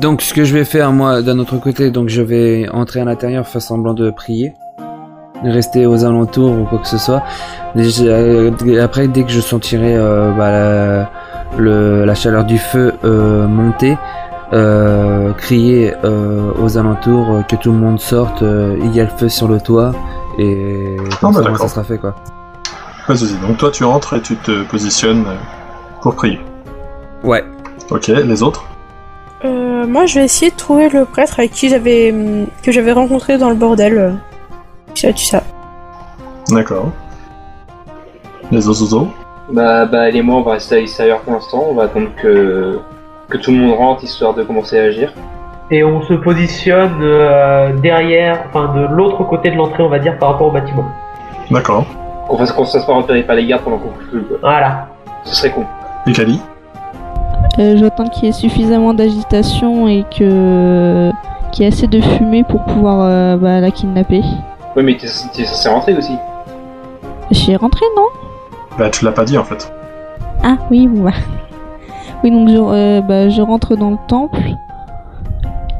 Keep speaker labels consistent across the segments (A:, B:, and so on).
A: Donc ce que je vais faire moi d'un autre côté, donc je vais entrer à l'intérieur, faire semblant de prier, rester aux alentours ou quoi que ce soit. Et j'ai- euh, Après dès que je sentirai euh, bah, la, le- la chaleur du feu euh, monter, euh, crier euh, aux alentours euh, que tout le monde sorte, euh, il y a le feu sur le toit et
B: Ah, bah,
A: comme ça,
B: d'accord.
A: ça sera fait quoi.
B: Vas-y, donc toi tu rentres et tu te positionnes euh, pour prier.
A: Ouais.
B: Ok, les autres
C: Euh, moi, je vais essayer de trouver le prêtre avec qui j'avais hum, que j'avais rencontré dans le bordel. euh. Ça, tu ça.
B: D'accord. Les autres autres
D: Bah, bah, elle et moi, on va rester à l'extérieur pour l'instant. On va attendre que, que tout le monde rentre histoire de commencer à agir.
E: Et on se positionne euh, derrière, enfin de l'autre côté de l'entrée, on va dire, par rapport au bâtiment.
B: D'accord.
D: Qu'on fasse qu'on se fasse pas repérer par les gardes pendant qu'on fout le feu, quoi.
E: Voilà.
D: Ce serait con.
B: Et Kali
F: Euh, J'attends qu'il y ait suffisamment d'agitation et que qu'il y ait assez de fumée pour pouvoir euh, bah, la kidnapper.
D: Ouais, mais t'es t'es censé rentrer aussi.
F: J'y ai rentré, non
B: Bah tu l'as pas dit en fait.
F: Ah oui, bon bah. Oui, donc je, euh, bah, je rentre dans le temple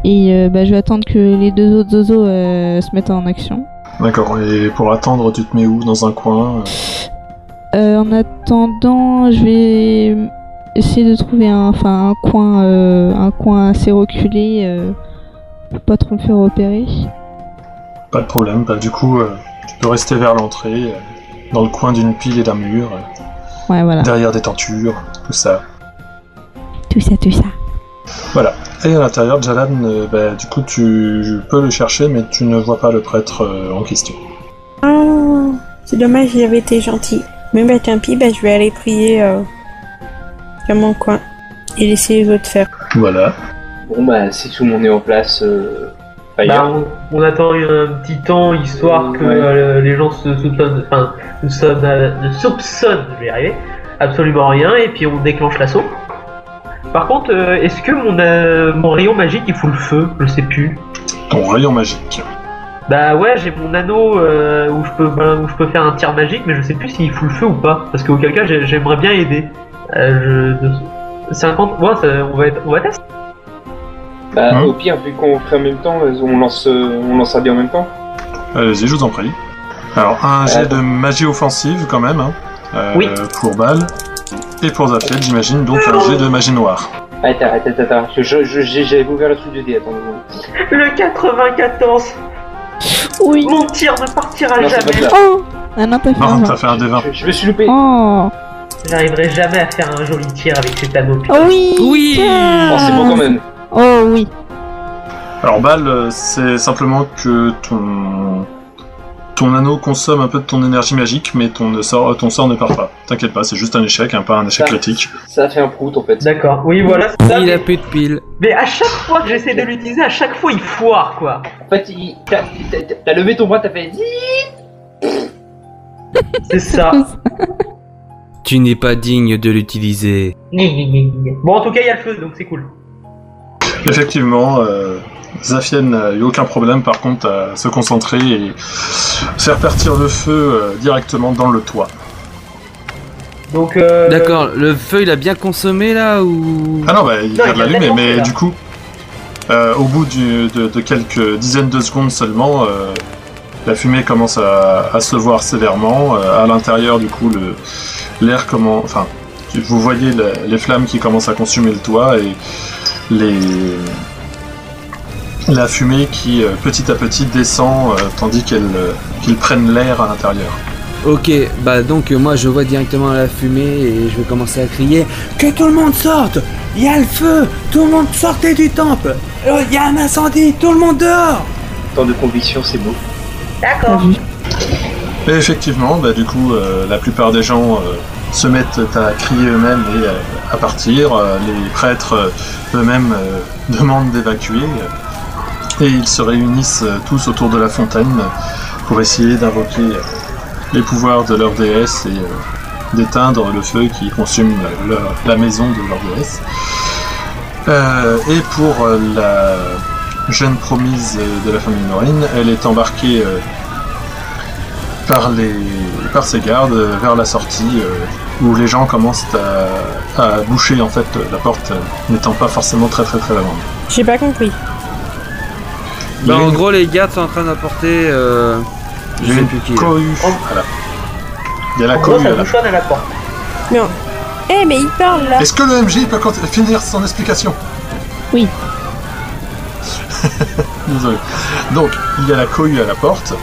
F: et euh, bah, je vais attendre que les deux autres zozos euh, se mettent en action.
B: D'accord, et pour attendre tu te mets où Dans un coin euh,
F: Euh, en attendant, je vais essayer de trouver un, enfin, un coin, euh, un coin assez reculé euh, pour pas trop me faire repérer.
B: Pas de problème, bah du coup euh, tu peux rester vers l'entrée, euh, dans le coin d'une pile et d'un mur, euh,
F: Ouais, voilà.
B: derrière des tentures, tout ça.
F: Tout ça, tout ça.
B: Et à l'intérieur, Jalan, euh, bah, du coup tu peux le chercher mais tu ne vois pas le prêtre euh, en question.
C: Ah, c'est dommage, j'avais été gentil. Mais bah tant pis, bah, je vais aller prier euh, dans mon coin et laisser les autres faire.
B: Voilà.
D: Bon, bah, si tout le monde est en place, euh, bah,
E: Bah,
D: hier.
E: on, on attend un petit temps histoire que
D: Ouais.
E: euh, les gens se soupçonnent, enfin, se soupçonnent, euh, ne soupçonnent, je vais y arriver, absolument rien, et puis on déclenche l'assaut. Par contre, euh, est-ce que mon, euh, mon rayon magique il fout le feu Je sais plus.
B: Ton rayon magique.
E: Bah ouais, j'ai mon anneau euh, où je peux ben, où je peux faire un tir magique, mais je sais plus s'il fout le feu ou pas. Parce qu'auquel cas, j'ai- j'aimerais bien aider. Euh, je... 50, ouais, ça- on va être, on va tester.
D: Bah,
B: Hein
D: au pire, vu qu'on fait en même temps, euh, on lance, euh, on lance un bien en même temps.
B: Allez-y, Euh, je vous en prie. Alors un jet de magie offensive quand même, hein, euh,
E: Oui.
B: pour Bal. Et pour Zafed, j'imagine donc un jet de magie noire.
D: Ah, Attends, attends, attends, attends. Je- je- je- j'ai- J'avais ouvert le truc de dé, attends. une seconde.
E: Le 94,
F: Oui.
E: mon tir ne partira
D: Non, c'est
E: jamais.
D: pas ça.
F: Oh Ah non, t'as fait un
B: Non,
F: vin.
B: t'as fait un D20.
D: Je, je me suis loupé.
F: Oh
E: J'arriverai jamais à faire un joli tir avec cet anneau.
F: Oh oui
A: Oui.
F: Tiens
D: Oh, c'est bon quand même.
F: Oh oui
B: Alors Bal, euh, c'est simplement que ton ton anneau consomme un peu de ton énergie magique, mais ton ne sort, ton sort ne part pas. T'inquiète pas, c'est juste un échec, hein, pas un échec
D: Ah.
B: critique.
D: Ça a fait un prout en fait.
E: D'accord, oui, voilà, c'est ça.
A: Il a
E: Mais,
A: plus de pile.
E: mais à chaque fois que j'essaie de l'utiliser, à chaque fois il foire quoi.
D: En fait, il- t'as- t'as t'as levé ton bras, t'as fait.
E: C'est ça.
A: Tu n'es pas digne de l'utiliser.
E: Gni, gni, gni, gni. bon, en tout cas, il y a le feu donc c'est cool.
B: Effectivement, euh, Zafienne n'a eu aucun problème par contre à se concentrer et faire partir le feu euh, directement dans le toit.
E: Donc, euh,
A: D'accord, le feu il a bien consommé là ou
B: Ah non, bah, il
E: Non,
B: vient de
E: il a
B: l'allumer,
E: tellement fait,
B: mais
E: là.
B: du coup, euh, au bout du- de, de quelques dizaines de secondes seulement, euh, la fumée commence à, à se voir sévèrement. euh, à l'intérieur, du coup, le- l'air comment, enfin, tu- vous voyez la- les flammes qui commencent à consumer le toit et les la fumée qui euh, petit à petit descend euh, tandis qu'elle, euh, qu'ils prennent l'air à l'intérieur.
A: Ok, bah donc euh, moi je vois directement la fumée et je vais commencer à crier Que tout le monde sorte Il y a le feu Tout le monde sortez du temple Oh, Il y a un incendie Tout le monde dehors
D: Tant de conviction, c'est beau.
E: d'accord.
B: Et effectivement, bah, du coup, euh, la plupart des gens euh, se mettent à crier eux-mêmes et euh, à partir. Euh, les prêtres euh, eux-mêmes euh, demandent d'évacuer. euh, et ils se réunissent euh, tous autour de la fontaine euh, pour essayer d'invoquer euh, les pouvoirs de leur déesse et euh, d'éteindre le feu qui consume euh, leur- la maison de leur déesse. Euh, et pour euh, la jeune promise euh, de la famille Norine, elle est embarquée euh, par, les, par ses gardes euh, vers la sortie euh, où les gens commencent à, à boucher en fait la porte euh, n'étant pas forcément très très très grande.
C: J'ai pas compris.
E: Ben,
A: Mais Bah, en gros, les gars sont en train d'apporter. Euh, je sais plus qui. là.
B: cohue. Voilà. Il y a la
E: En gros,
B: cohue.
E: ça
B: là.
E: bouchonne à la porte.
C: Non. Eh, mais il parle là.
B: Est-ce que le MJ peut cont- finir son explication
F: Oui.
B: Désolé. Donc, il y a la cohue à la porte.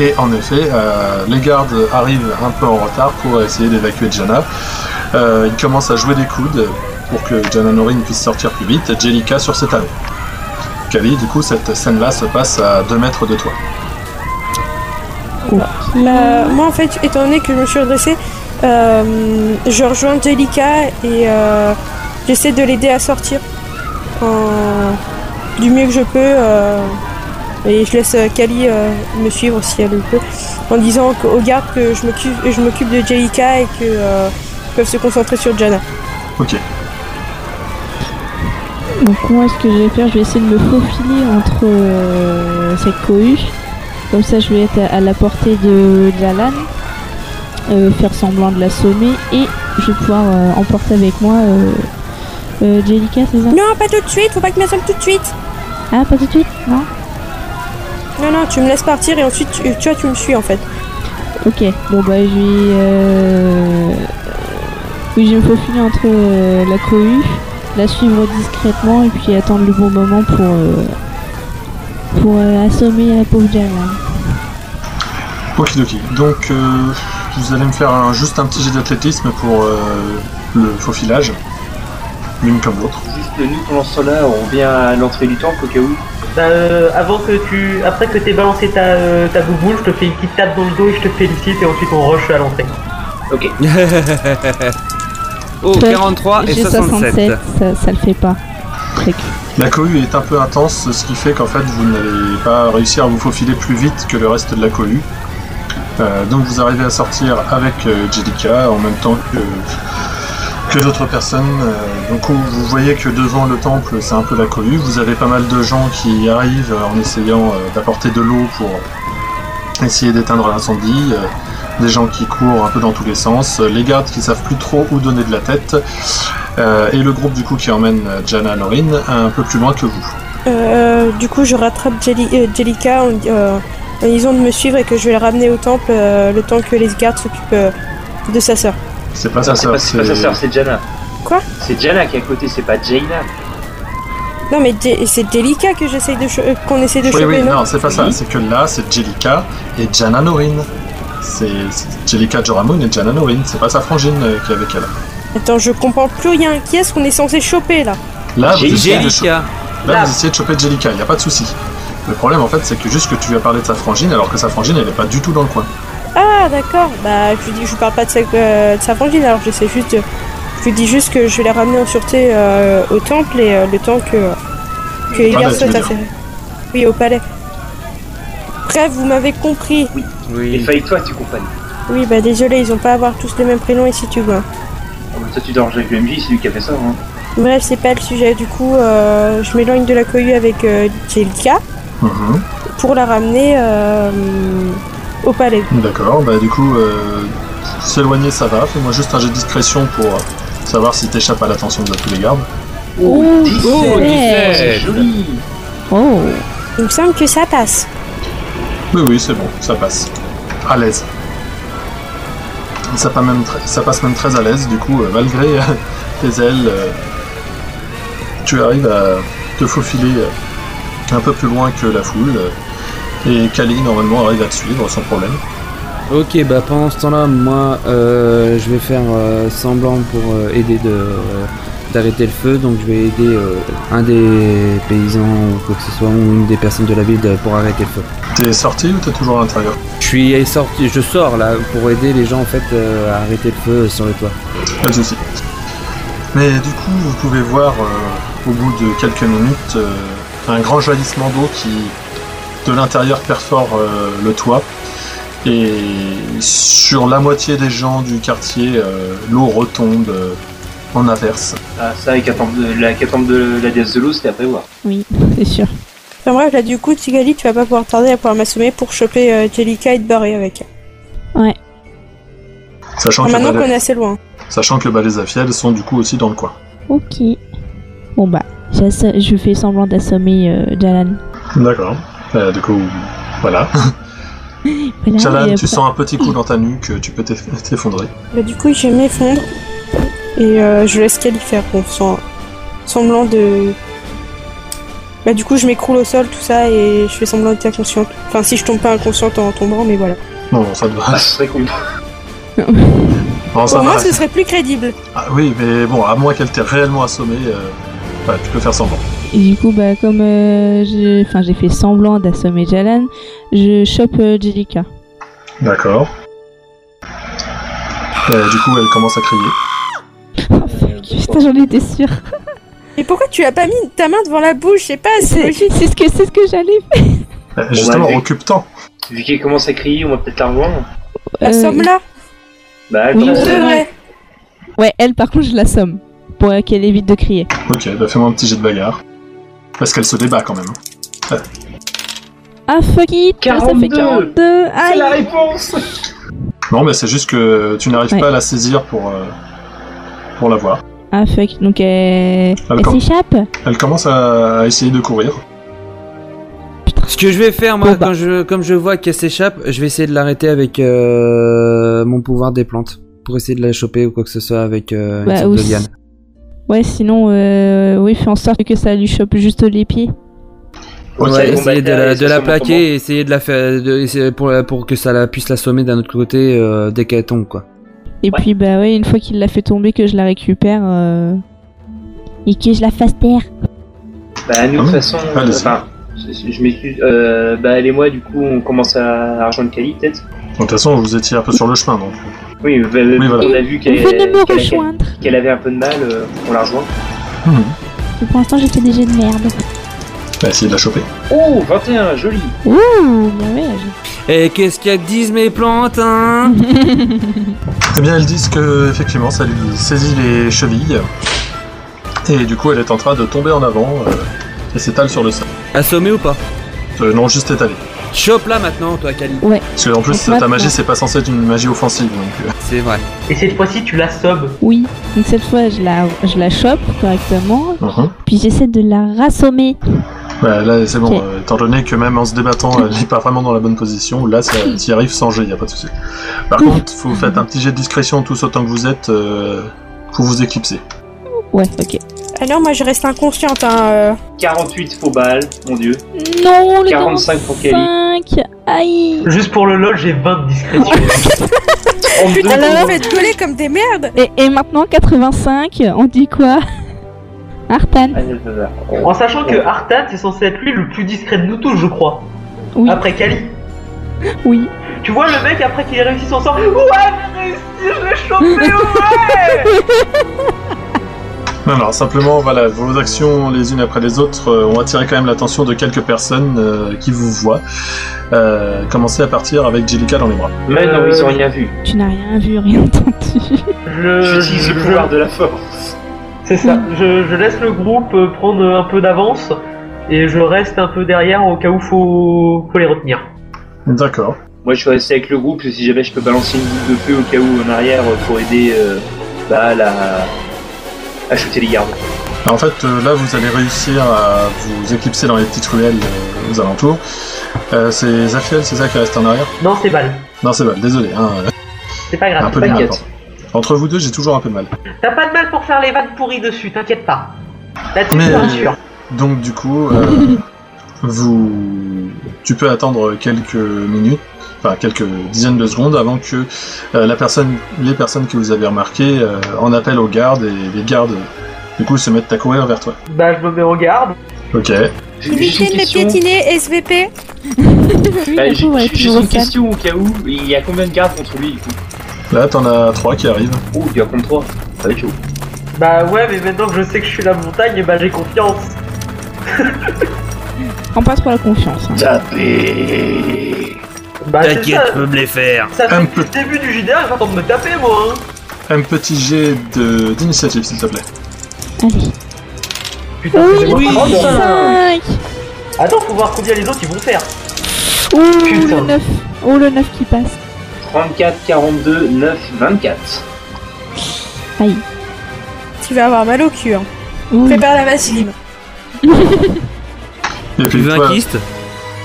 B: Et en effet, euh, les gardes arrivent un peu en retard pour essayer d'évacuer Jana. Euh, ils commencent à jouer des coudes pour que Jana Norin puisse sortir plus vite. Jellica sur ses talons. Kali, du coup, cette scène-là se passe à 2 mètres de toi.
C: Bah, moi, en fait, étant donné que je me suis redressée, euh, je rejoins Jellica et euh, j'essaie de l'aider à sortir en- du mieux que je peux. euh, et je laisse euh, Kali euh, me suivre si elle le peut, en disant qu- aux gardes que je m'occupe, je m'occupe de Jellica et que euh, ils peuvent se concentrer sur Jana.
B: Ok.
F: Donc moi ce que je vais faire, je vais essayer de me faufiler entre euh, cette cohue. Comme ça je vais être à, à la portée de Jalan, euh, faire semblant de l'assommer et je vais pouvoir euh, emporter avec moi euh, euh, Jellica, c'est ça
C: Non, pas tout de suite, faut pas que tu m'assommes tout de suite.
F: Ah pas tout de suite Non
C: Non, non, tu me laisses partir et ensuite, tu, tu vois, tu me suis en fait.
F: Ok, bon bah je vais... euh, Oui je vais me faufiler entre euh, la cohue, la suivre discrètement et puis attendre le bon moment pour... euh, pour euh, assommer la pauvre Jalan.
B: Okidoki. Donc, euh, vous allez me faire un- juste un petit jet d'athlétisme pour euh, le faufilage. L'une comme l'autre.
D: Juste nous pendant ce temps-là, on revient à l'entrée du temple au cas où.
E: Bah, euh, avant que tu. Après que t'aies balancé ta, euh, ta bouboule, je te fais une petite tape dans le dos et je te félicite et ensuite on rush à l'entrée.
D: Ok.
A: oh,
F: Toi,
A: 43 et
F: J'ai
A: 67.
F: 67, ça, ça le fait pas. Truc.
B: La cohue est un peu intense, ce qui fait qu'en fait vous n'allez pas réussir à vous faufiler plus vite que le reste de la cohue. Euh, donc vous arrivez à sortir avec euh, Jellica en même temps que, que d'autres personnes. Euh, donc vous- vous voyez que devant le temple c'est un peu la cohue. Vous avez pas mal de gens qui arrivent en essayant euh, d'apporter de l'eau pour essayer d'éteindre l'incendie. Euh, des gens qui courent un peu dans tous les sens, Euh, les gardes qui savent plus trop où donner de la tête, euh, et le groupe du coup qui emmène euh, Jana Lorin un peu plus loin que vous.
C: Euh, du coup, je rattrape Jelly, euh, Jellica en, euh, en disant de me suivre et que je vais la ramener au temple euh, le temps que les gardes s'occupent euh, de sa sœur.
B: C'est pas
D: Non,
B: sa
D: c'est pas,
B: sœur,
D: c'est pas sa sœur, c'est Jana.
C: Quoi
D: C'est Jana qui est à côté, c'est pas Jaina.
C: Non, mais Je- c'est Jellica que j'essaye de cho- euh, qu'on essaie de
B: Oui,
C: choper,
B: oui,
C: non,
B: non, c'est pas ça. C'est que là, c'est Jellica et Jana Norin. C'est c'est Jellica Joramoon et Jana Norin. C'est pas sa frangine euh, qui est avec elle.
C: Attends, je comprends plus rien. Qui est-ce qu'on est censé choper là
B: Là, vous essayez de, cho-
A: Jellica.
B: là, vous essayez de choper Jellica, il a pas de souci. Le problème, en fait, c'est que juste que tu lui as parlé de sa frangine, alors que sa frangine, elle est pas du tout dans le coin.
C: Ah, d'accord. Bah, je lui dis, je vous parle pas de sa, euh, de sa frangine, alors j'essaie juste de. Je lui dis juste que je vais la ramener en sûreté euh, au temple et euh, le temps que. que les
B: palais,
C: gardes
B: tu veux
C: soient
B: dire.
C: affairés. Oui, au palais. Bref, vous m'avez compris.
D: Et
A: Oui.
D: faille toi, tu compagnes.
C: Oui, bah désolé, ils ont pas à avoir tous les mêmes prénoms ici, tu vois.
D: En même temps, Ah, bah, tu dors avec le MJ, c'est lui qui a fait ça. Hein.
C: Bref, c'est pas le sujet. Du coup, euh, je m'éloigne de la cohue avec euh, Jellica
B: Mhm.
C: pour la ramener euh, au palais.
B: D'accord, bah du coup, euh, s'éloigner, ça va. Fais-moi juste un jet de discrétion pour euh, savoir si t'échappes à l'attention de tous les gardes.
F: Oh,
A: Oh,
D: C'est
A: 17.
D: joli
F: Oh,
C: Il me semble que ça passe.
B: Oui, oui, c'est bon, ça passe. À l'aise. Ça, pas même très- ça passe même très à l'aise, du coup, euh, malgré euh, tes ailes, euh, tu arrives à te faufiler euh, un peu plus loin que la foule. euh, et Kali, normalement, arrive à te suivre sans problème.
A: Ok, bah pendant ce temps-là, moi, euh, je vais faire euh, semblant pour euh, aider de euh, d'arrêter le feu. Donc je vais aider euh, un des paysans ou quoi que ce soit, ou une des personnes de la ville de- pour arrêter le feu.
B: T'es sorti ou t'es toujours à l'intérieur
A: Je suis sorti, je sors là pour aider les gens en fait euh, à arrêter le feu sur le toit.
B: Pas de souci. Mais du coup, vous pouvez voir euh, au bout de quelques minutes euh, un grand jaillissement d'eau qui, de l'intérieur, perfore euh, le toit. Et sur la moitié des gens du quartier, euh, l'eau retombe euh, en averse.
D: Ah, ça, avec la tombe de la, catombe de la déesse de l'eau, c'était à prévoir.
F: oui, c'est sûr.
C: Enfin bref, là, du coup, Tigali, tu vas pas pouvoir tarder à pouvoir m'assommer pour choper euh, Jellica et te barrer avec. elle.
B: Sachant que,
C: Ah, maintenant
B: bah,
C: qu'on
B: les-
C: est assez loin.
B: sachant que bah, les Afiel sont du coup aussi dans le coin.
F: Ok. Bon bah, j'assa- je fais semblant d'assommer euh, Jalan.
B: D'accord. Euh, du coup, voilà.
C: Ah,
F: Voilà,
B: Jalan,
F: et
B: tu
F: après-
B: sens un petit coup dans ta nuque, tu peux t'eff- t'effondrer.
C: Bah, du coup, je m'effondre et euh, je laisse Kelly faire bon, sans- semblant de. Bah, du coup, je m'écroule au sol, tout ça, et je fais semblant d'être inconsciente. Enfin, si je tombe pas inconsciente en tombant, mais voilà.
B: Non, ça devrait.
D: Ah, ce serait cool.
B: Non, ça
C: Pour moi,
B: va.
C: ce serait plus crédible.
B: Ah, oui, mais bon, à moins qu'elle t'ait réellement assommé, euh, ouais, tu peux faire semblant.
F: Et du coup, bah, comme euh, j'ai enfin, j'ai fait semblant d'assommer Jalan, je chope euh, Jellica.
B: D'accord. Euh, du coup, elle commence à crier.
F: Oh, fuck, putain, j'en étais sûre.
C: Mais pourquoi tu as pas mis ta main devant la bouche C'est pas assez
F: C'est
C: logique.
F: c'est ce que, c'est ce que j'allais faire.
B: Euh, justement,
D: ouais.
B: occupe-t'en.
D: Vu qu'elle commence à crier, on va peut-être la rejoindre.
F: Euh,
C: Assomme-la.
D: Bah, elle
F: Oui.
C: On
D: commence à-
C: devrait.
F: Ouais, elle, par contre, je l'assomme. Pour euh, qu'elle évite de crier.
B: Ok, bah fais-moi un petit jet de bagarre. Parce qu'elle se débat quand même. hein.
F: Ah, fuck it Ça
E: 42.
F: fait 42
E: C'est la
F: Aïe
E: réponse
B: Non, mais c'est juste que tu n'arrives
F: Ouais.
B: pas à la saisir pour, euh, pour la voir.
F: Ah, fuck. Donc, elle, elle
B: D'accord.
F: s'échappe
B: Elle commence à, à essayer de courir.
A: Ce que je vais faire, moi,
F: Bon, bah.
A: quand je, comme je vois qu'elle s'échappe, je vais essayer de l'arrêter avec euh, mon pouvoir des plantes. Pour essayer de la choper ou quoi que ce soit avec euh,
F: Bah,
A: une sorte
F: ou
A: de
F: si-
A: liane.
F: Ouais, sinon, euh, oui, fais en sorte que ça lui chope juste les pieds.
A: ouais,
B: Ok,
D: bon, bah,
A: essayer de la,
D: t'as-
A: de la
D: sûrement
A: plaquer
D: comment.
A: et essayer de la faire. de- essayer pour, pour que ça la, puisse l'assommer d'un autre côté euh, dès qu'elle tombe, quoi.
F: Et
D: Ouais.
F: puis, bah ouais, une fois qu'il l'a fait tomber, que je la récupère. euh, Et que je la fasse taire.
D: Bah, nous,
B: Ah
D: de toute
B: bon
D: façon,
B: Ah, le-
D: enfin, je- je je m'excuse. Euh, bah, elle et moi, du coup, on commence à à rejoindre Kali, peut-être.
B: De toute façon, vous étiez un peu sur le chemin, donc.
D: Oui, bah,
B: Oui, voilà.
D: on a vu qu'elle
F: Venez me
D: qu'elle-
F: rejoindre
D: qu'elle avait un peu de mal, euh, on la rejoint.
B: Hmm.
F: Pour l'instant, j'ai fait des jets de merde.
B: Elle a essayé de la choper.
D: Oh, 21, joli
F: Ouh, bien ouais.
A: Et qu'est-ce qu'elles disent mes plantes, hein
B: Eh bien, elles disent que effectivement, ça lui saisit les chevilles. Et du coup, elle est en train de tomber en avant euh, et s'étale sur le sol.
A: Assommée ou pas
B: Euh, non, juste étalée.
A: Chope là maintenant, toi, Kali.
B: Parce que, en plus,
F: Maintenant.
B: ta magie, c'est pas censé être une magie offensive. Donc, euh,
A: C'est vrai.
E: Et cette fois-ci, tu l'assommes.
F: Oui, donc cette fois, je la, je la chope correctement,
B: mhm.
F: puis j'essaie de la rassommer.
B: Bah, là, c'est bon.
F: Ok.
B: euh, étant donné que même en se débattant, elle n'est pas vraiment dans la bonne position, là, ça y arrive sans jet, y a pas de souci. Par contre, vous faites un petit jet de discrétion tous autant que vous êtes euh, pour vous éclipser.
F: Ouais, ok.
C: Alors, moi, je reste inconsciente. Hein, euh.
D: 48 faux balles, mon dieu.
F: Non, le
D: 45 pour Kelly.
F: 45 Aïe
E: Juste pour le lol, j'ai 20 de discrétion.
D: Trente-deux.
C: Putain, vous me faites gueuler comme des merdes.
F: et, et maintenant, 85, on dit quoi Artan
D: Ah, je peux pas.
E: en sachant que Artat, c'est censé être lui le plus discret de nous tous, je crois.
F: Oui,
E: Après Kali.
F: oui.
E: Tu vois le mec après qu'il ait réussi son sort. Ouais, j'ai réussi, je l'ai chopé, ouais
B: Non, non, simplement, voilà, vos actions les unes après les autres euh, ont attiré quand même l'attention de quelques personnes euh, qui vous voient. Euh, commencez à partir avec Jellica dans les bras.
D: Mais non,
E: Euh,
D: ils ont rien vu.
F: Tu n'as rien vu, rien entendu.
E: Je,
D: J'utilise
E: je-
D: le pouvoir de la force.
E: C'est ça. Je, je laisse le groupe euh, prendre un peu d'avance et je reste un peu derrière au cas où faut, faut les retenir.
B: D'accord.
D: Moi, je suis resté avec le groupe, parce que si jamais je peux balancer une boule de feu au cas où en arrière euh, pour aider euh, bah, la... à shooter les gardes.
B: Alors, en fait, euh, là, vous allez réussir à vous éclipser dans les petites ruelles euh, aux alentours. Euh, c'est Zafiel, c'est ça qui reste en arrière
E: Non, c'est mal.
B: Non, c'est mal, désolé. hein, euh,
E: C'est pas
B: un
E: grave.
B: peu de mal.
E: Ah, T'inquiète.
D: t'inquiète.
B: pardon. Entre vous deux, j'ai toujours un peu de mal.
E: T'as pas de mal pour faire les vannes pourries dessus, t'inquiète pas. Là-dessus,
B: Mais-
E: je te rassure.
B: Donc du coup, euh, vous, tu peux attendre quelques minutes, enfin quelques dizaines de secondes avant que euh, la personne, les personnes que vous avez remarquées euh, en appellent aux gardes et les gardes du coup se mettent à courir vers toi.
E: Bah, je me mets en garde.
B: Ok.
D: J'ai j'ai
C: Évitez
D: juste
C: de
D: une
C: me
D: question.
C: piétiner, SVP.
F: oui,
D: Bah,
F: la
D: j'ai
F: pauvre, elle est
D: j'ai juste
F: toujours
D: une
F: au calme.
D: question au cas où. Il y a combien de gardes contre lui du coup
B: Là, t'en as trois qui arrivent.
D: Oh, il y a contre 3. Pas du tout.
E: Bah ouais, mais maintenant que je sais que je suis la montagne, bah j'ai confiance.
F: On passe pour la confiance. hein.
D: Tapez
E: Bah c'est ça.
A: peux me les faire.
E: Ça fait
B: Un
E: depuis le début du JDR, j'attends de me taper moi. Hein.
B: Un petit jet de- d'initiative, s'il te plaît.
F: Allez.
E: Putain,
F: Oui,
E: c'est moi
D: oui.
E: qui prends.
F: 5
E: Attends, faut voir combien les autres ils vont faire.
D: Oh
F: Ouh,
E: Putain.
F: le 9 Oh, le 9 qui passe.
D: 34, 42, 9, 24.
C: Tu vas avoir mal au cul. hein.
F: Ouh.
C: Prépare la vaseline.
B: Et
G: Tu
B: puis
G: veux un
B: toi,
G: kyste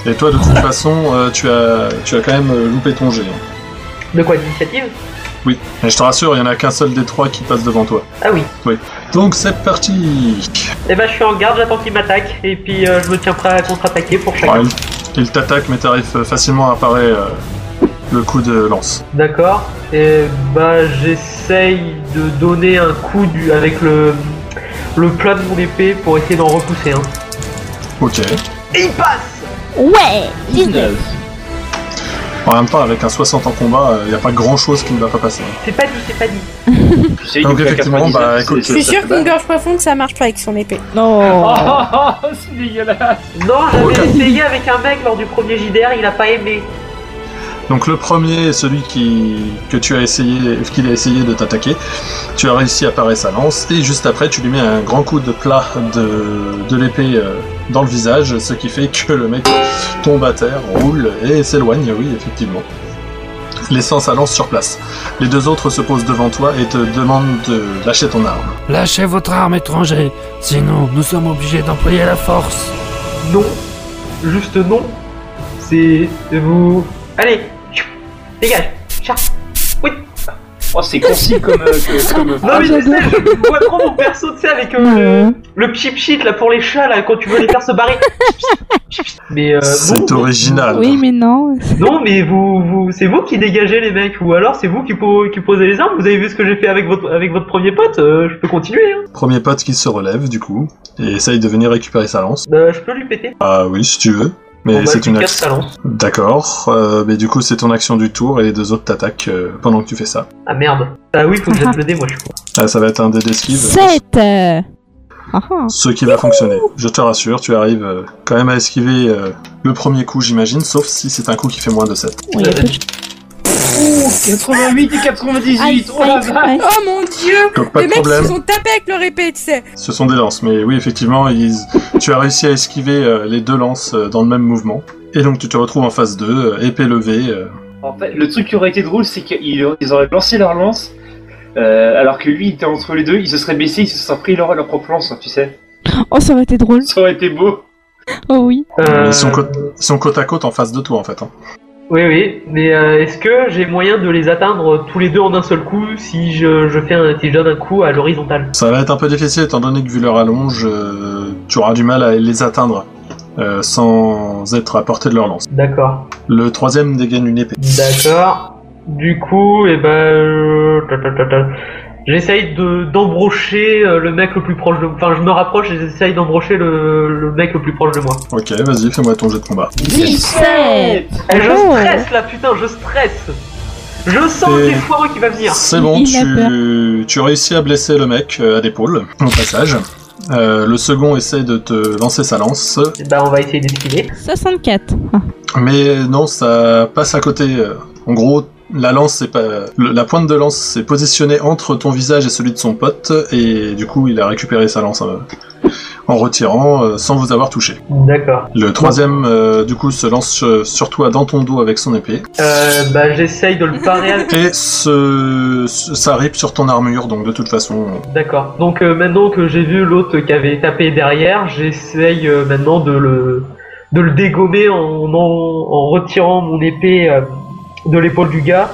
B: et toi, de toute façon, euh, tu, as, tu as quand même euh, loupé ton jet. hein.
E: De quoi d'initiative
B: Oui, mais je te rassure, il n'y en a qu'un seul des trois qui passe devant toi.
E: Ah oui.
B: Donc c'est parti
E: Eh ben, je suis en garde, j'attends qu'il m'attaque, et puis euh, je me tiens prêt à contre-attaquer pour chacun.
B: Ouais, il il t'attaque, mais t'arrives euh, facilement à parer euh, le coup de lance.
E: D'accord. Et bah, j'essaye de donner un coup du... avec le... le plat de mon épée pour essayer d'en repousser un.
B: Ok.
E: Et il passe
F: Ouais 19
D: Nice.
B: En même temps, avec un 60 en combat, il n'y a pas grand chose qui ne va pas passer.
E: C'est pas dit, c'est pas dit.
D: Tu sais,
B: Donc,
D: il fait
B: effectivement,
D: 99,
B: bah,
D: c'est-
B: écoute,
D: c'est-
C: Je suis
D: ça
C: sûr
D: fait mal.
C: qu'une gorge profonde, ça marche pas avec son épée.
F: Non
H: Oh, c'est dégueulasse.
E: Non, j'avais
B: Aucun.
E: essayé avec un mec lors du premier JDR, il a pas aimé.
B: Donc le premier, celui qui, que tu as essayé, qu'il a essayé de t'attaquer, tu as réussi à parer sa lance, et juste après, tu lui mets un grand coup de plat de, de l'épée euh, dans le visage, ce qui fait que le mec tombe à terre, roule et s'éloigne, oui, effectivement. Laissant sa lance sur place. Les deux autres se posent devant toi et te demandent de lâcher ton arme.
G: Lâchez votre arme, étranger Sinon, nous sommes obligés d'employer la force
E: Non. Juste non. C'est vous. Allez Chou. Dégage Char.
D: Oh, c'est concis comme. euh, que- comme-
B: Ah,
E: Non mais je sais, je vois trop mon perso, tu sais, avec
D: Ah,
E: euh, le chip sheet là pour les chats là, quand tu veux les faire se barrer. mais euh, bon,
B: C'est original.
F: Oui, mais non.
E: Non mais vous, vous c'est vous qui dégagez les mecs, ou alors c'est vous qui, po- qui posez les armes, vous avez vu ce que j'ai fait avec votre, avec votre premier pote, euh, je peux continuer hein.
B: Premier pote qui se relève, du coup, et essaye de venir récupérer sa lance.
E: Euh, je peux lui péter.
B: Ah oui, si tu veux.
E: Bon,
B: Mais
E: bah,
B: c'est
E: je lui
B: une
E: casse
B: action.
E: sa lance.
B: D'accord, euh, mais du coup c'est ton action du tour et les deux autres t'attaquent euh, pendant que tu fais ça.
E: Ah merde. Ah oui, faut que jette le dé, moi je suis con.
B: Ah, ça va être un dé d'esquive,
F: 7 Ah ah.
B: ce qui va fonctionner. Je te rassure, tu arrives euh, quand même à esquiver euh, le premier coup j'imagine, sauf si c'est un coup qui fait moins de 7.
F: Ouais, y a peu de-
H: Oh, 88 et 98.
D: Ah,
H: Oh la
F: Aïe,
H: vache.
F: aïe, aïe.
C: Oh mon dieu
B: Donc pas
C: Les
B: de
C: mecs ils
B: problème,
C: se sont tapés avec leur épée, tu sais.
B: ce sont des lances, mais oui effectivement ils- tu as réussi à esquiver euh, les deux lances euh, dans le même mouvement. Et donc tu te retrouves en phase 2, euh, épée levée. euh.
D: En fait, le truc qui aurait été drôle, c'est qu'ils ils auraient lancé leur lance, euh, alors que lui, il était entre les deux, il se serait baissé, il se serait pris leur, leur propre lance, hein, tu sais.
F: Oh, ça aurait été drôle.
D: Ça aurait été beau.
F: Oh oui.
E: Euh,
B: Ils, sont côte... ils sont côte à côte en face de toi en fait. hein.
E: Oui, oui, mais euh, est-ce que j'ai moyen de les atteindre tous les deux en un seul coup si je, je fais un, si je donne un coup à l'horizontale
B: Ça va être un peu difficile étant donné que vu leur allonge, euh, tu auras du mal à les atteindre euh, sans être à portée de leur lance.
E: D'accord.
B: Le troisième dégaine une épée.
E: D'accord. Du coup, eh ben, euh, ta, ta, ta, ta. j'essaye de d'embrocher euh, le mec le plus proche de moi. Enfin, je me rapproche et j'essaye d'embrocher le, le mec le plus proche de moi.
B: Ok, vas-y, fais-moi ton jet de combat.
D: 17
E: Eh, je
F: Oh.
E: stresse là, putain, je stresse. Je sens
B: Et-
E: que c'est foireux qui va venir.
B: C'est bon,
F: Il a
B: tu, tu réussis à blesser le mec euh, à l'épaule, au passage. Euh, le second essaie de te lancer sa lance,
E: Eh ben, on va essayer d'esquiver.
F: 64. Ah.
B: mais euh, non, ça passe à côté. euh. En gros, la lance, c'est pas le- la pointe de lance s'est positionnée entre ton visage et celui de son pote, et du coup, il a récupéré sa lance euh, en retirant euh, sans vous avoir touché.
E: D'accord.
B: Le troisième, euh, du coup, se lance euh, sur toi dans ton dos avec son épée.
E: Euh, bah, j'essaye de le parer avec...
B: Et ce, ce- ça rip sur ton armure, donc de toute façon.
E: D'accord. Donc euh, maintenant que j'ai vu l'autre qui avait tapé derrière, j'essaye euh, maintenant de le de le dégommer en en, en retirant mon épée euh, de l'épaule du gars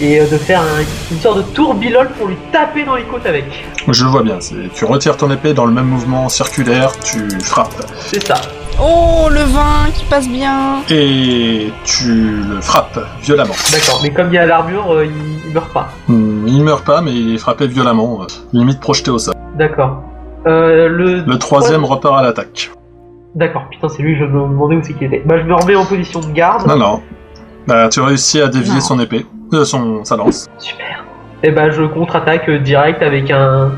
E: et euh, de faire un- une sorte de tourbillon pour lui taper dans les côtes avec.
B: Je vois bien, c'est- tu retires ton épée dans le même mouvement circulaire, tu frappes.
E: C'est ça.
F: Oh, le vin qui passe bien.
B: Et tu le frappes violemment.
E: D'accord. Mais comme il y a l'armure, euh, il, il meurt pas.
B: Hmm, Il meurt pas, mais il est frappé violemment, euh, limite projeté au sol.
E: D'accord. Euh, le
B: Le troisième repart à l'attaque.
E: D'accord. Putain, c'est lui. Je me demandais où c'est qu'il était. Bah, je me remets en position de garde.
B: Non, non. Bah, tu réussis à dévier
F: Non.
B: son épée, euh, son, sa lance.
E: Super. Et ben je contre-attaque euh, direct avec un,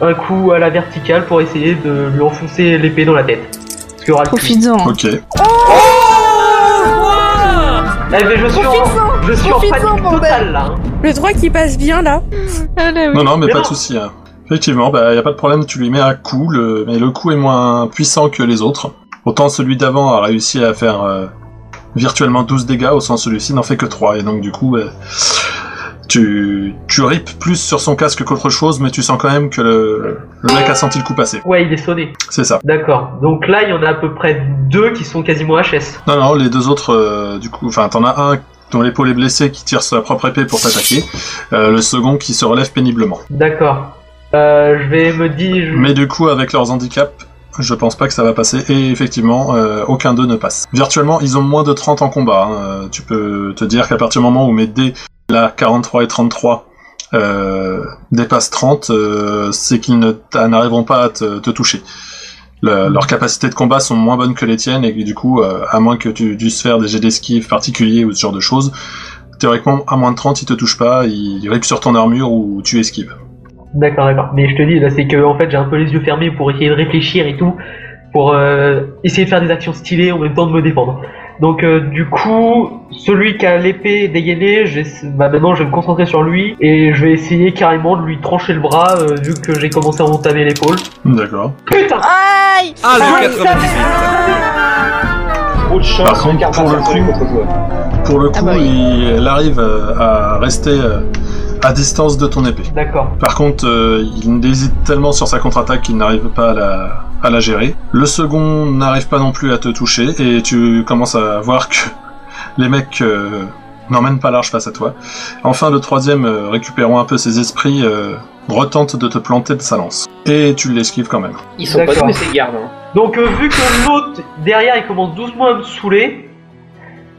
E: un coup à la verticale pour essayer de lui enfoncer l'épée dans la tête. Parce qu'il y aura le plus.
F: Profites-en.
B: Ok.
E: Eh ben, je suis en, je suis en
F: Profites-en,
E: panique
F: bordel.
E: totale là. hein.
C: Le droit qui passe bien là.
F: Ah là oui.
B: Non, non, mais,
E: Mais
B: pas
E: non.
B: de souci. hein. Effectivement, bah, y a pas de problème, tu lui mets un coup, le... mais le coup est moins puissant que les autres. Autant celui d'avant a réussi à faire euh, virtuellement 12 dégâts, autant celui-ci n'en fait que 3, et donc du coup, euh, bah, Tu, tu ripes plus sur son casque qu'autre chose, mais tu sens quand même que le, le mec a senti le coup passer.
E: Ouais, il est sonné.
B: C'est ça.
E: D'accord. Donc là, il y en a à peu près deux qui sont quasiment HS.
B: Non, non, les deux autres, euh, du coup, enfin, t'en as un dont l'épaule est blessée qui tire sa propre épée pour t'attaquer, euh, le second qui se relève péniblement.
E: D'accord. Euh, je vais me dire.
B: Mais du coup, avec leurs handicaps, je pense pas que ça va passer. Et effectivement, euh, aucun d'eux ne passe. Virtuellement, ils ont moins de 30 en combat. hein. Euh, Tu peux te dire qu'à partir du moment où mes dés, là, 43 et 33, euh, dépassent 30, euh, c'est qu'ils ne t'a- n'arriveront pas à te, te toucher. Le- leurs capacités de combat sont moins bonnes que les tiennes, et du coup, euh, à moins que tu puisses faire des jets d'esquive particuliers ou ce genre de choses, théoriquement, à moins de 30, ils te touchent pas, ils ripent sur ton armure ou tu esquives.
E: D'accord, d'accord. Mais je te dis, là, c'est que en fait, j'ai un peu les yeux fermés pour essayer de réfléchir et tout, pour euh, essayer de faire des actions stylées en même temps de me défendre. Donc, euh, du coup, celui qui a l'épée dégainée, j'ai- bah, maintenant, je vais me concentrer sur lui et je vais essayer carrément de lui trancher le bras euh, vu que j'ai commencé à entamer l'épaule.
B: D'accord.
E: Putain
I: Aïe
J: Ah,
I: Ah,
J: le 98
D: Trop de chance,
B: Par contre, pour le
D: le carbone, c'est
B: coup-
D: contre joueur.
B: Pour le coup,
I: Ah bah oui.
B: il elle arrive euh, à rester euh, à distance de ton épée.
E: D'accord.
B: Par contre, euh, il hésite tellement sur sa contre-attaque qu'il n'arrive pas à la, à la gérer. Le second n'arrive pas non plus à te toucher et tu commences à voir que les mecs euh, n'emmènent pas large face à toi. Enfin, le troisième, euh, récupérant un peu ses esprits, euh, retente de te planter de sa lance. Et tu l'esquives quand même.
D: Ils sont pas
E: D'accord.
D: doués ces gardes. Hein.
E: Donc euh, vu que l'autre derrière il commence doucement à me saouler,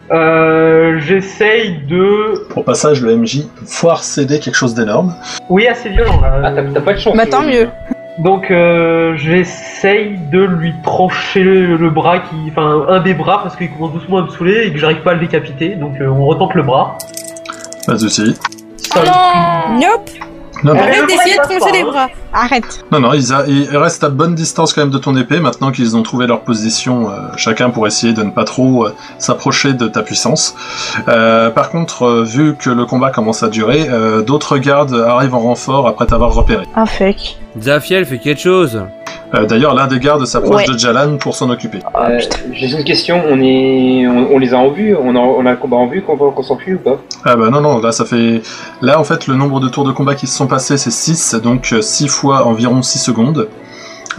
E: euh, j'essaye de...
B: Au passage, le MJ foire céder quelque chose d'énorme.
E: Oui assez violent là.
D: Ah, t'as t'as pas de chance.
I: Bah, tant
D: euh,
I: mieux.
E: Donc euh, j'essaye de lui trancher le, le bras qui... Enfin un des bras parce qu'il commence doucement à me saouler et que j'arrive pas à le décapiter. Donc euh, on retente le bras.
B: Pas de souci.
E: Ça-
C: Nope,
B: Non, non.
E: le
C: arrête
E: bras, il
C: d'essayer de
E: passe pas,
C: troncer les
E: hein.
C: bras.
I: Arrête.
B: Non, non, ils, a- ils restent à bonne distance quand même de ton épée, maintenant qu'ils ont trouvé leur position, euh, chacun pour essayer de ne pas trop euh, s'approcher de ta puissance. Euh, par contre, euh, vu que le combat commence à durer, euh, d'autres gardes arrivent en renfort après t'avoir repéré.
I: Un fake.
A: Zafiel fait quelque chose.
B: Euh, D'ailleurs, l'un des gardes s'approche
I: Ouais.
B: de Jalan pour s'en occuper.
D: euh, J'ai une question, on, est... on, on les a en vue On a, on a le combat en vue quand on, qu'on s'enfuit ou pas
B: Ah bah non, non, là ça fait... Là en fait, le nombre de tours de combat qui se sont passés, c'est 6, donc 6 fois environ 6 secondes.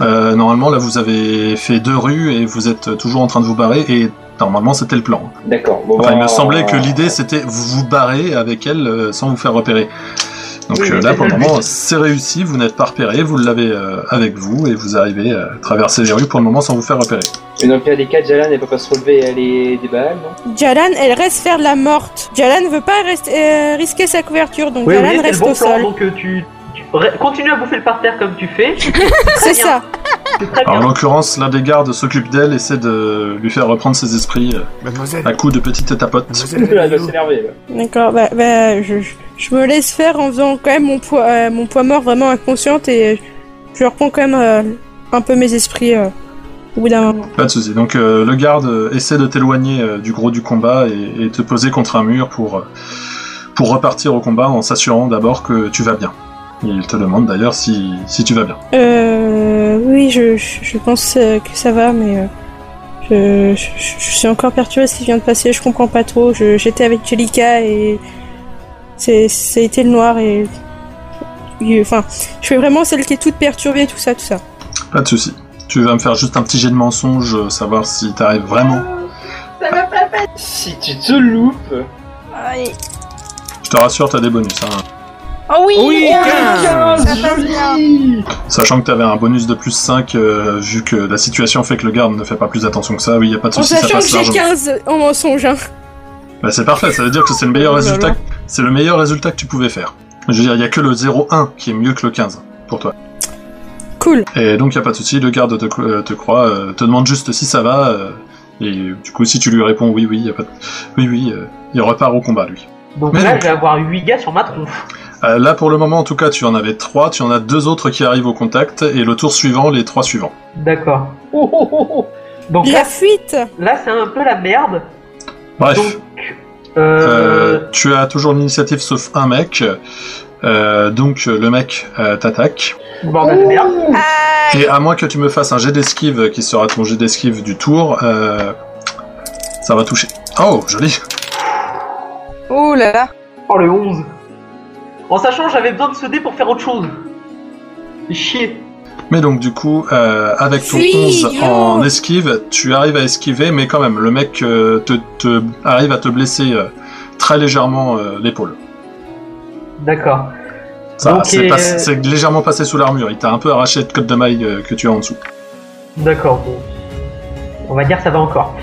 B: Euh, normalement, là vous avez fait deux rues et vous êtes toujours en train de vous barrer, et normalement c'était le plan.
D: D'accord. Bon,
B: Enfin,
D: bah,
B: il me
E: Oh.
B: semblait que l'idée c'était vous vous barrer avec elle euh, sans vous faire repérer. Donc
E: Oui,
B: euh,
E: oui,
B: là
E: c'est
B: pour le
E: ça le
B: moment
E: but.
B: c'est réussi, vous n'êtes pas repéré, vous l'avez euh, avec vous et vous arrivez euh, à traverser les rues pour le moment sans vous faire repérer.
D: Mais dans le pire des cas, Jalan, elle peut pas se relever et aller des balles, non
C: Jalan, elle reste faire la morte. Jalan veut pas rester- euh, risquer sa couverture, donc
E: Oui, oui,
C: Jalan
E: c'est le
C: reste
E: bon
C: au
E: plan.
C: sol.
E: Donc euh, tu, tu- re- continue à bouffer le parterre comme tu fais.
C: C'est
E: bien.
C: ça.
E: C'est très
B: Alors, en
E: bien.
B: l'occurrence l'un des gardes s'occupe d'elle, essaie de lui faire reprendre ses esprits euh,
G: Mademoiselle,
B: à coups de petites tapotes.
G: mademoiselle,
D: Là, elle
G: elle est
D: doit
G: où
D: s'énerver, là.
C: D'accord, bah, bah, je, je- je me laisse faire en faisant quand même mon poids, euh, mon poids mort vraiment inconsciente et je reprends quand même euh, un peu mes esprits euh, au bout d'un moment.
B: Pas de souci. Donc euh, le garde euh, essaie de t'éloigner euh, du gros du combat et, et te poser contre un mur pour, euh, pour repartir au combat en s'assurant d'abord que tu vas bien. Il te demande d'ailleurs si, si tu vas bien.
C: Euh, oui, je, je, je pense euh, que ça va, mais euh, je, je, je suis encore perturbée de ce qui vient de passer. Je comprends pas trop. Je- J'étais avec Jellica et c'est ça a été le noir et et, enfin, je suis vraiment celle qui est toute perturbée, tout ça, tout ça.
B: Pas de souci. Tu vas me faire juste un petit jet de mensonge, euh, savoir si t'arrives vraiment.
D: Si tu te loupes,
I: Aïe.
B: Je te rassure, t'as des bonus. hein.
I: Oh oui,
G: Oui,
I: oh,
G: quinze.
I: Ça passe bien.
B: Sachant que t'avais un bonus de plus 5, euh, vu que la situation fait que le garde ne fait pas plus attention que ça, oui, y a pas de
C: En
B: souci, ça
C: sachant que
B: passe
C: j'ai
B: largement.
C: 15 en mensonge, hein.
B: Bah, c'est parfait, ça veut dire que c'est le meilleur
C: Oh là
B: résultat.
C: là.
B: que- C'est le meilleur résultat que tu pouvais faire. Je veux dire, y a que le 0-1 qui est mieux que le 15 pour toi.
C: Cool.
B: Et donc y a pas de souci, le garde te, cro- euh, te croit, euh, te demande juste si ça va, euh, et du coup si tu lui réponds oui, oui, y a pas de... oui, oui, euh, il repart au combat lui.
E: Donc
B: Mais
E: là,
B: non.
E: je vais avoir 8 gars sur ma tronche.
B: Euh, là, pour le moment, en tout cas, tu en avais trois, tu en as deux autres qui arrivent au contact, et le tour suivant, les trois suivants.
E: D'accord.
D: oh, oh, oh, oh.
E: Donc là,
C: La fuite.
E: là, c'est un peu la merde.
B: Bref,
E: Donc,
B: Ah, euh,
E: euh,
B: tu as toujours l'initiative sauf un mec, euh, donc euh, le mec euh, t'attaque.
E: bordel de merde.
B: Et à moins que tu me fasses un jet d'esquive, euh, qui sera ton jet d'esquive du tour, euh, ça va toucher. Oh, joli
I: Oh là là.
E: Oh le 11. En sachant que j'avais besoin de ce dé pour faire autre chose. Chier.
B: Mais donc du coup, euh, avec ton
H: Fuis,
B: 11
H: yo.
B: en esquive, tu arrives à esquiver, mais quand même, le mec euh, te, te- arrive à te blesser euh, très légèrement euh, l'épaule.
E: D'accord.
B: Ça,
E: Donc,
B: c'est
E: euh,
B: pas- c'est légèrement passé sous l'armure. Il t'a un peu arraché le code de maille euh, que tu as en dessous.
E: D'accord, bon. On va dire ça va encore.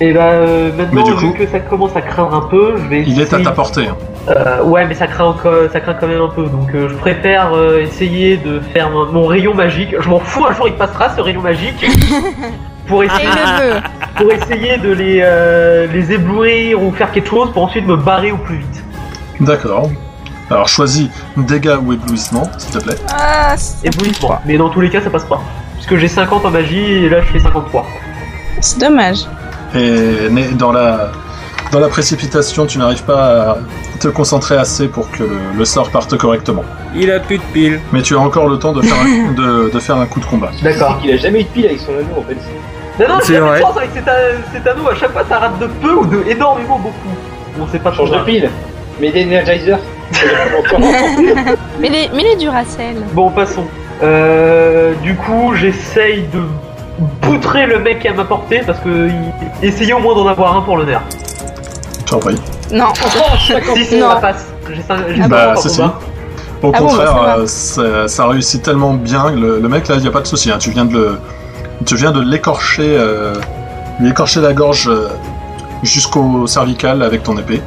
E: Et bah euh, maintenant,
B: Mais du
E: vu
B: coup-
E: que ça commence à craindre un peu, je vais.
B: Il est à
E: essayer-
B: ta portée. hein.
E: Euh, ouais, mais ça craint, encore- ça craint quand même un peu. Donc euh, je préfère euh, essayer de faire mon, mon rayon magique. Je m'en fous, un jour il passera ce rayon magique. pour,
H: Et
E: essayer,
H: je veux.
E: pour essayer de les, euh, les éblouir ou faire quelque chose pour ensuite me barrer au plus vite.
B: D'accord. Alors choisis dégâts ou éblouissement, s'il te plaît.
I: Ah, c'est-
E: Éblouissement. Mais dans tous les cas, ça passe pas. Parce que j'ai 50 en magie et là je fais 53.
I: c'est dommage.
B: Et né- dans la, dans la précipitation, tu n'arrives pas à te concentrer assez pour que le, le sort parte correctement.
J: Il a plus de piles.
B: Mais tu as encore le temps de faire un, de, de faire un coup de combat.
E: D'accord.
D: Il a jamais eu de pile avec son anneau en fait.
E: Non, non,
J: C'est
E: j'ai la
J: vrai.
E: chance avec cet, an- cet anneau. À chaque fois, ça rate de peu ou de énormément beaucoup. Bon, c'est pas trop
D: Change de
E: grave.
D: pile. Mais des Energizer.
I: Mais les, mais les Duracell.
E: Bon, passons. Euh, du coup, j'essaye de poutrer le mec à ma portée parce que il- essayez au moins d'en avoir un pour l'honneur.
B: Tu en prie.
I: Non.
E: Si, si,
I: Non.
E: ça passe. J'ai ça- j'ai
I: Ah
B: bah,
E: ça
B: si,
E: pour
B: si.
E: moi.
B: Au
I: Ah bon,
B: contraire,
I: bah, ça va.
B: euh, ça, ça réussit tellement bien. Le, le mec, là, il n'y a pas de souci. hein. Tu viens de le, tu viens de l'écorcher, euh, lui écorcher la gorge euh, jusqu'au cervical avec ton épée.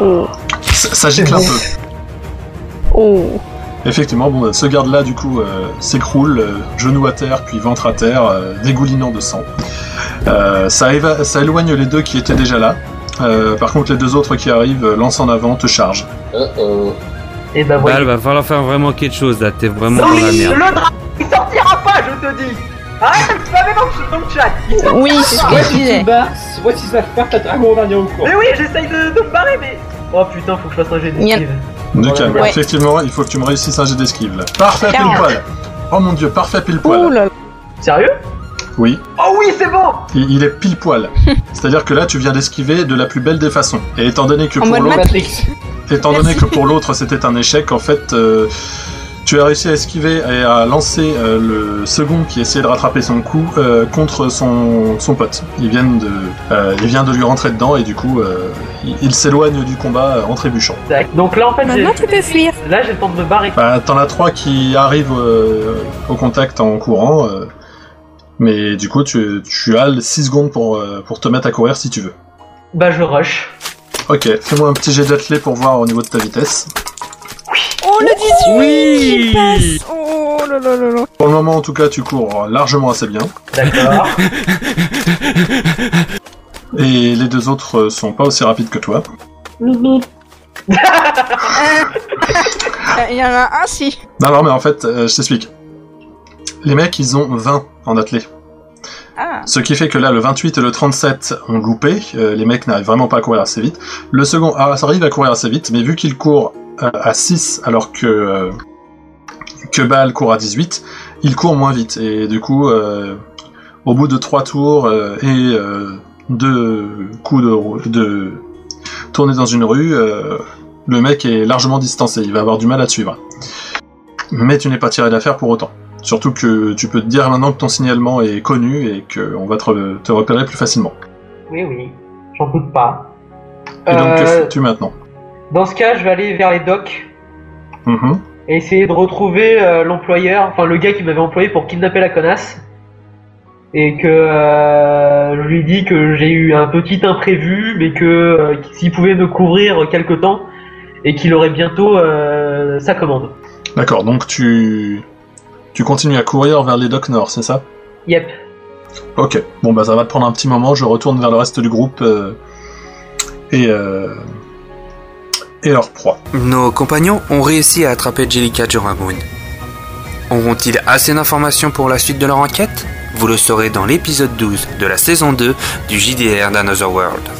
I: Oh.
B: Ça, ça gicle un peu.
I: Oh.
B: Effectivement, bon, ce garde-là, du coup, euh, s'écroule, euh, genou à terre, puis ventre à terre, euh, dégoulinant de sang. Euh, ça, éva- ça éloigne les deux qui étaient déjà là. Euh, par contre, les deux autres qui arrivent, euh, lancent en avant, te chargent.
E: Et bah
J: Bah,
E: voilà.
J: il va falloir faire vraiment quelque chose là, t'es vraiment dans Bah, la
E: Oui,
J: merde.
E: le drap, il sortira pas, je te dis. Arrête de spammer dans le- dans le chat. Il sortira
I: Oui,
E: pas.
I: c'est ce
D: Moi
I: que je
D: si tu
I: disais.
D: te barres, moi si ça part, t'as un gros dernier recours.
E: Mais oui, j'essaye de, de me barrer, mais. Oh putain, faut que je fasse un jet
I: Il y a-
E: d'esquive.
B: Du calme.
I: Ouais.
B: Effectivement, il faut que tu me réussisses un jet d'esquive. là. Parfait pile
I: Quarante.
B: poil. Oh mon dieu, parfait pile
I: Ouh
B: poil.
I: là là.
E: Sérieux
B: Oui,
E: Oh oui, c'est bon.
B: il, il est pile poil. C'est-à-dire que là, tu viens d'esquiver de la plus belle des façons. Et étant donné que
I: En
B: pour
I: mode
B: l'autre,
D: Matrix.
B: étant donné que pour l'autre c'était un échec, en fait, euh, tu as réussi à esquiver et à lancer euh, le second qui essayait de rattraper son coup euh, contre son, son pote. Il vient de, euh, il vient de lui rentrer dedans et du coup, euh, il, il s'éloigne du combat euh, en trébuchant.
E: Tac. Donc là, en fait,
C: Maintenant, tu
E: j'ai-
C: peux fuir.
E: là, j'ai le temps de me barrer.
B: Bah, t'en as trois qui arrivent euh, au contact en courant, euh, mais du coup, tu, tu as 6 secondes pour, euh, pour te mettre à courir si tu veux.
E: Bah, je rush.
B: Ok, fais-moi un petit jet d'athlé pour voir au niveau de ta vitesse.
C: Oh le 18
J: Oui.
C: il passe Oh là là là là
B: Pour le moment, en tout cas, tu cours largement assez bien.
E: D'accord.
B: Et les deux autres euh, sont pas aussi rapides que toi.
I: Euh, Il y en a un, si.
B: Non, non, mais en fait, euh, je t'explique. Les mecs, ils ont 20 en athlé.
I: Ah.
B: Ce qui fait que là, le 28 et le 37 ont loupé. euh, les mecs n'arrivent vraiment pas à courir assez vite. Le second ah, ça arrive à courir assez vite, mais vu qu'il court euh, à 6 alors que, euh, que Baal court à 18, il court moins vite. Et du coup, euh, au bout de 3 tours euh, et 2 coups de, rou- de tourner dans une rue, euh, le mec est largement distancé. Il va avoir du mal à te suivre. Mais tu n'es pas tiré d'affaire pour autant. Surtout que tu peux te dire maintenant que ton signalement est connu et qu'on va te, re- te repérer plus facilement.
E: oui, oui. J'en doute pas.
B: Et donc, que
E: Euh,
B: fais-tu maintenant
E: Dans ce cas, je vais aller vers les docks
B: Mhm.
E: et essayer de retrouver euh, l'employeur, enfin le gars qui m'avait employé pour kidnapper la connasse. Et que euh, je lui dis que j'ai eu un petit imprévu, mais que euh, s'il pouvait me couvrir quelque temps et qu'il aurait bientôt euh, sa commande.
B: D'accord, donc tu... tu continues à courir vers les docks nord, c'est ça
E: Yep.
B: Ok, bon bah ça va te prendre un petit moment, je retourne vers le reste du groupe euh, et, euh, et leur proie.
J: Nos compagnons ont réussi à attraper Jellica Joramoon. Auront-ils assez d'informations pour la suite de leur enquête Vous le saurez dans l'épisode 12 de la saison 2 du JDR d'Another World.